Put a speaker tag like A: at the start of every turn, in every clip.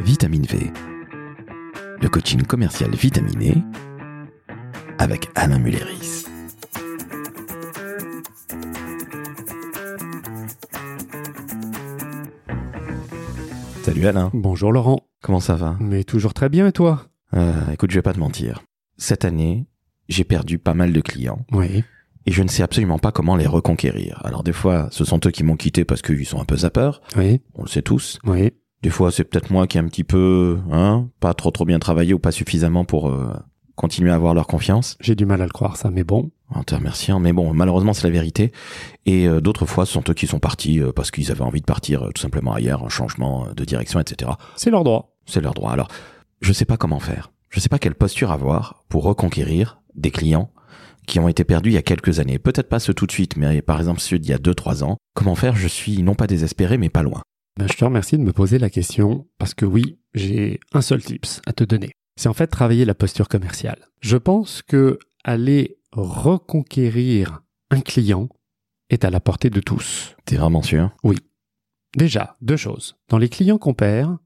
A: Vitamine V, le coaching commercial vitaminé avec Alain Mulleris. Salut Alain,
B: Bonjour Laurent.
A: comment ça va
B: Mais toujours très bien et toi
A: Euh, Écoute, je vais pas te mentir. Cette année, j'ai perdu pas mal de clients
B: Oui.
A: et je ne sais absolument pas comment les reconquérir. Alors des fois, ce sont eux qui m'ont quitté parce qu'ils sont un peu zappeurs,
B: Oui.
A: on le sait tous.
B: Oui.
A: Des fois, c'est peut-être moi qui ai un petit peu, hein, pas trop trop bien travaillé ou pas suffisamment pour euh, continuer à avoir leur confiance.
B: J'ai du mal à le croire ça, mais bon.
A: En te remerciant, mais bon, malheureusement, c'est la vérité. Et euh, d'autres fois, ce sont eux qui sont partis euh, parce qu'ils avaient envie de partir euh, tout simplement ailleurs, un changement euh, de direction, etc.
B: C'est leur droit.
A: C'est leur droit. Alors, je sais pas comment faire. Je sais pas quelle posture avoir pour reconquérir des clients qui ont été perdus il y a quelques années. Peut-être pas ceux tout de suite, mais par exemple ceux d'il y a 2-3 ans. Comment faire Je suis non pas désespéré, mais pas loin.
B: Ben, je te remercie de me poser la question parce que oui, j'ai un seul tips à te donner. C'est en fait travailler la posture commerciale. Je pense que aller reconquérir un client est à la portée de tous.
A: T'es vraiment sûr
B: Déjà, deux choses. Dans les clients qu'on perd,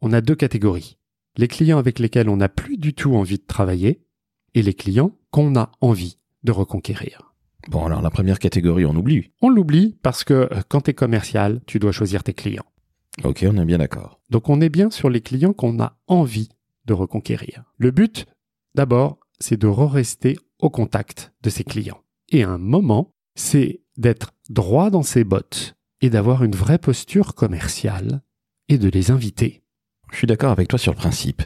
B: on a deux catégories. Les clients avec lesquels on n'a plus du tout envie de travailler et les clients qu'on a envie de reconquérir.
A: Bon, alors la première catégorie, on oublie.
B: On l'oublie parce que euh, quand tu es commercial, tu dois choisir tes clients.
A: Ok, on est bien d'accord.
B: Donc on est bien sur les clients qu'on a envie de reconquérir. Le but, d'abord, c'est de rester au contact de ses clients. Et à un moment, c'est d'être droit dans ses bottes et d'avoir une vraie posture commerciale et de les inviter.
A: Je suis d'accord avec toi sur le principe,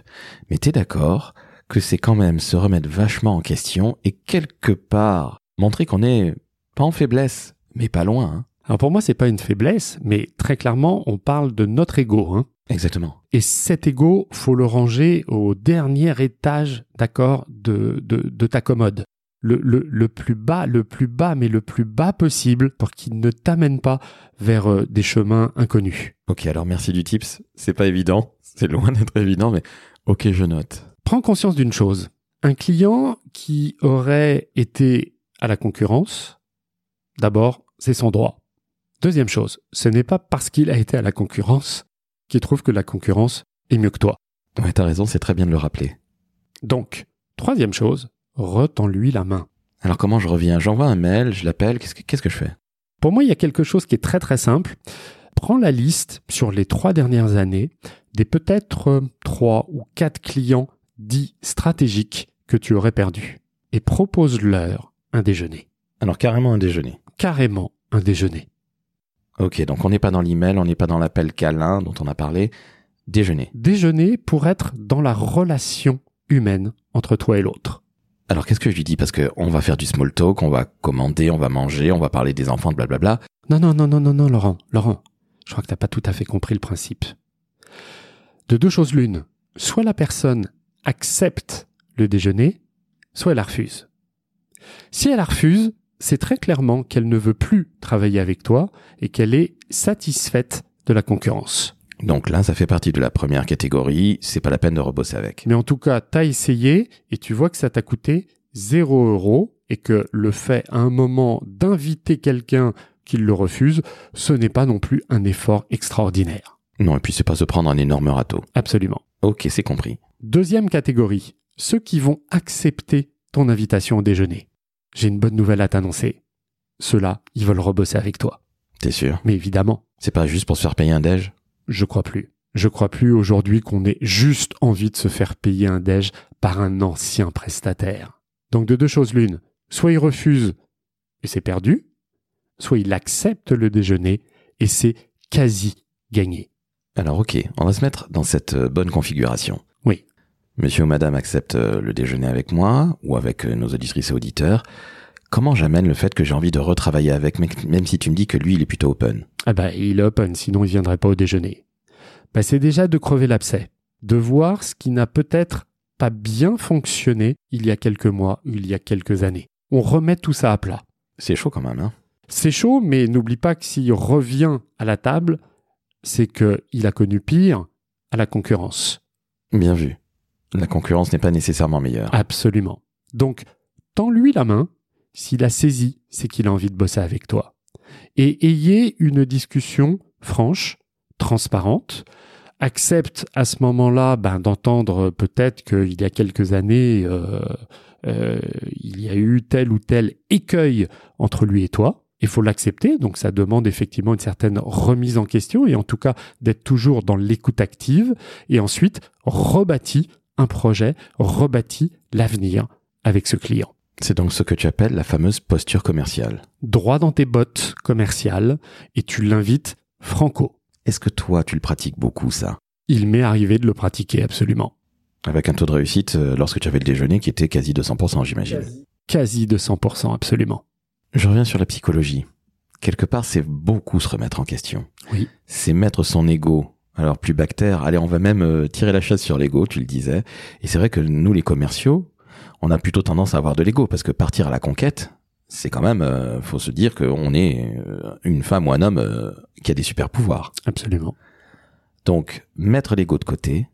A: mais t'es d'accord que c'est quand même se remettre vachement en question et quelque part montrer qu'on est pas en faiblesse, mais pas loin. hein.
B: Alors pour moi, c'est pas une faiblesse, mais très clairement, on parle de notre ego. hein.
A: Exactement.
B: Et cet ego, faut le ranger au dernier étage, d'accord, de, de, de ta commode. Le, le, le plus bas, le plus bas, mais le plus bas possible pour qu'il ne t'amène pas vers euh, des chemins inconnus.
A: Ok, alors merci du tips. C'est pas évident, c'est loin d'être évident, mais ok, je note.
B: Prends conscience d'une chose. Un client qui aurait été à la concurrence, d'abord, c'est son droit. Deuxième chose, ce n'est pas parce qu'il a été à la concurrence qu'il trouve que la concurrence est mieux que toi.
A: Ouais, t'as raison, c'est très bien de le rappeler.
B: Donc, troisième chose, retends-lui la main.
A: Alors comment je reviens J'envoie un mail, je l'appelle, qu'est-ce que, qu'est-ce que je fais
B: Pour moi, il y a quelque chose qui est très très simple. Prends la liste sur les trois dernières années des peut-être euh, trois ou quatre clients dits stratégiques que tu aurais perdus et propose-leur un déjeuner.
A: Alors carrément un déjeuner.
B: Carrément un déjeuner.
A: Ok, donc on n'est pas dans l'email, on n'est pas dans l'appel câlin dont on a parlé. Déjeuner.
B: Déjeuner pour être dans la relation humaine entre toi et l'autre.
A: Alors qu'est-ce que je lui dis Parce que on va faire du small talk, on va commander, on va manger, on va parler des enfants, de blablabla.
B: Non, non, non, non, non, non, Laurent, Laurent, je crois que t'as pas tout à fait compris le principe. De deux choses l'une, soit la personne accepte le déjeuner, soit elle la refuse. Si elle la refuse, c'est très clairement qu'elle ne veut plus travailler avec toi et qu'elle est satisfaite de la concurrence.
A: Donc là, ça fait partie de la première catégorie, c'est pas la peine de rebosser avec.
B: Mais en tout cas, t'as essayé et tu vois que ça t'a coûté 0 euro et que le fait à un moment d'inviter quelqu'un qui le refuse, ce n'est pas non plus un effort extraordinaire.
A: Non, et puis c'est pas se prendre un énorme râteau.
B: Absolument.
A: Ok, c'est compris.
B: Deuxième catégorie, ceux qui vont accepter ton invitation au déjeuner. J'ai une bonne nouvelle à t'annoncer. Ceux-là, ils veulent rebosser avec toi.
A: T'es sûr
B: Mais évidemment,
A: C'est pas juste pour se faire payer un déj
B: je crois plus. Je crois plus aujourd'hui qu'on ait juste envie de se faire payer un déj par un ancien prestataire. Donc de deux choses l'une, soit il refuse et c'est perdu, soit il accepte le déjeuner et c'est quasi gagné.
A: Alors ok, on va se mettre dans cette euh, bonne configuration.
B: Oui.
A: Monsieur ou madame accepte euh, le déjeuner avec moi ou avec euh, nos auditrices et auditeurs. Comment j'amène le fait que j'ai envie de retravailler avec, mec- même si tu me dis que lui, il est plutôt open
B: Ah bah, il est open, sinon il viendrait pas au déjeuner. Bah, c'est déjà de crever l'abcès, de voir ce qui n'a peut-être pas bien fonctionné il y a quelques mois, il y a quelques années. On remet tout ça à plat.
A: C'est chaud quand même, hein
B: C'est chaud, mais n'oublie pas que s'il revient à la table, c'est qu'il a connu pire à la concurrence.
A: Bien vu. La concurrence n'est pas nécessairement meilleure.
B: Absolument. Donc, tends-lui la main. S'il a saisi, c'est qu'il a envie de bosser avec toi. Et ayez une discussion franche, transparente, accepte à ce moment-là ben, d'entendre peut-être qu'il y a quelques années, euh, euh, il y a eu tel ou tel écueil entre lui et toi. Il faut l'accepter, donc ça demande effectivement une certaine remise en question et en tout cas d'être toujours dans l'écoute active et ensuite rebâti un projet, rebâti l'avenir avec ce client.
A: C'est donc ce que tu appelles la fameuse posture commerciale.
B: Droit dans tes bottes commerciales et tu l'invites franco.
A: Est-ce que toi, tu le pratiques beaucoup, ça
B: Il m'est arrivé de le pratiquer absolument.
A: Avec un taux de réussite, euh, lorsque tu avais le déjeuner, qui était quasi 200%, j'imagine.
B: Quasi 200%, absolument.
A: Je reviens sur la psychologie. Quelque part, c'est beaucoup se remettre en question.
B: Oui.
A: C'est mettre son ego. Alors, plus bactère. Allez, on va même euh, tirer la chaise sur l'ego, tu le disais. Et c'est vrai que nous, les commerciaux, on a plutôt tendance à avoir de l'ego parce que partir à la conquête, c'est quand même, euh, faut se dire qu'on est euh, une femme ou un homme euh, qui a des super pouvoirs.
B: Absolument.
A: Donc, mettre l'ego de côté,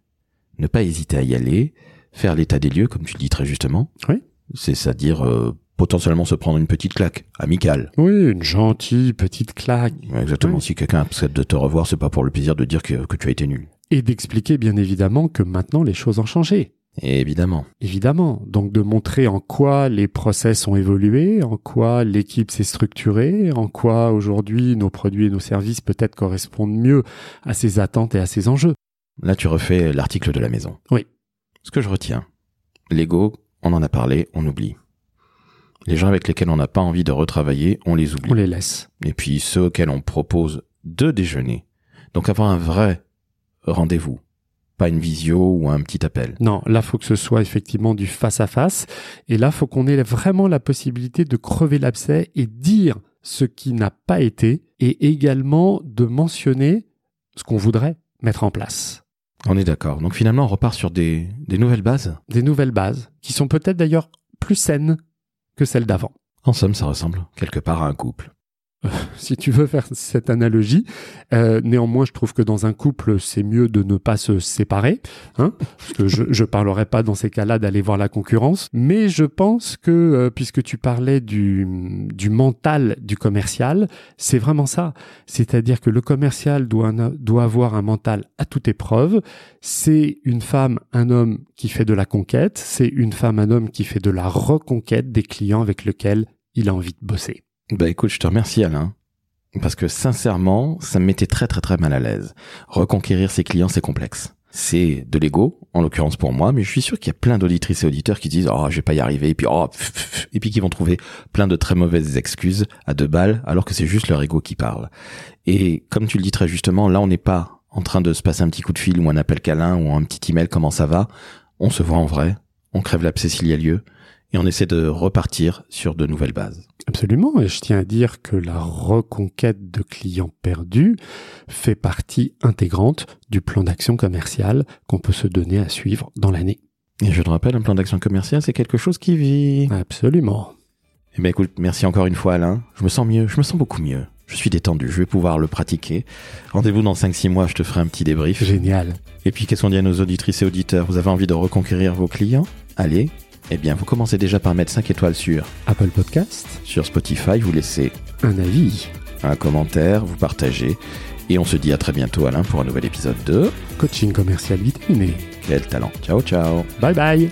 A: ne pas hésiter à y aller, faire l'état des lieux, comme tu le dis très justement.
B: Oui.
A: C'est-à-dire euh, potentiellement se prendre une petite claque amicale.
B: Oui, une gentille petite claque.
A: Exactement.
B: Oui.
A: Si quelqu'un accepte de te revoir, c'est pas pour le plaisir de dire que, que tu as été nul.
B: Et d'expliquer bien évidemment que maintenant les choses ont changé.
A: Et évidemment.
B: Évidemment. Donc de montrer en quoi les process ont évolué, en quoi l'équipe s'est structurée, en quoi aujourd'hui nos produits et nos services peut-être correspondent mieux à ses attentes et à ses enjeux.
A: Là, tu refais l'article de la maison.
B: Oui.
A: Ce que je retiens, l'ego, on en a parlé, on oublie. Les gens avec lesquels on n'a pas envie de retravailler, on les oublie.
B: On les laisse.
A: Et puis ceux auxquels on propose de déjeuner. Donc avoir un vrai rendez-vous, pas une visio ou un petit appel.
B: Non, là faut que ce soit effectivement du face à face et là faut qu'on ait vraiment la possibilité de crever l'abcès et dire ce qui n'a pas été et également de mentionner ce qu'on voudrait mettre en place.
A: On est d'accord. Donc finalement, on repart sur des, des nouvelles bases.
B: Des nouvelles bases qui sont peut-être d'ailleurs plus saines que celles d'avant.
A: En somme, ça ressemble quelque part à un couple.
B: si tu veux faire cette analogie. Euh, néanmoins, je trouve que dans un couple, c'est mieux de ne pas se séparer. Hein parce que je, je parlerai pas dans ces cas-là d'aller voir la concurrence. Mais je pense que, euh, puisque tu parlais du, du mental du commercial, c'est vraiment ça. C'est-à-dire que le commercial doit, un- doit avoir un mental à toute épreuve. C'est une femme, un homme qui fait de la conquête. C'est une femme, un homme qui fait de la reconquête des clients avec lesquels il a envie de bosser.
A: Bah écoute, je te remercie Alain. Parce que sincèrement, ça me mettait très très très mal à l'aise. Reconquérir ses clients, c'est complexe. C'est de l'ego, en l'occurrence pour moi, mais je suis sûr qu'il y a plein d'auditrices et auditeurs qui disent « Oh, je vais pas y arriver », et puis « Oh, pff, pff, pff et puis qui vont trouver plein de très mauvaises excuses à deux balles, alors que c'est juste leur ego qui parle. Et comme tu le dis très justement, là on n'est pas en train de se passer un petit coup de fil ou un appel câlin ou un petit email « Comment ça va ?». On se voit en vrai, on crève l'abcès s'il y a lieu, et on essaie de repartir sur de nouvelles bases.
B: Absolument, et je tiens à dire que la reconquête de clients perdus fait partie intégrante du plan d'action commercial qu'on peut se donner à suivre dans l'année.
A: Et je te rappelle, un plan d'action commercial, c'est quelque chose qui vit.
B: Absolument.
A: Eh ben écoute, merci encore une fois Alain. Je me sens mieux, je me sens beaucoup mieux. Je suis détendu, je vais pouvoir le pratiquer. Rendez-vous dans 5-6 mois, je te ferai un petit débrief.
B: Génial.
A: Et puis qu'est-ce qu'on dit à nos auditrices et auditeurs Vous avez envie de reconquérir vos clients Allez, eh bien vous commencez déjà par mettre 5 étoiles sur,
B: Apple Podcast,
A: sur Spotify, vous laissez
B: un avis.
A: un commentaire, vous partagez. Et on se dit à très bientôt Alain pour un nouvel épisode de
B: Coaching commercial vitaminé.
A: Quel talent Ciao ciao
B: Bye bye.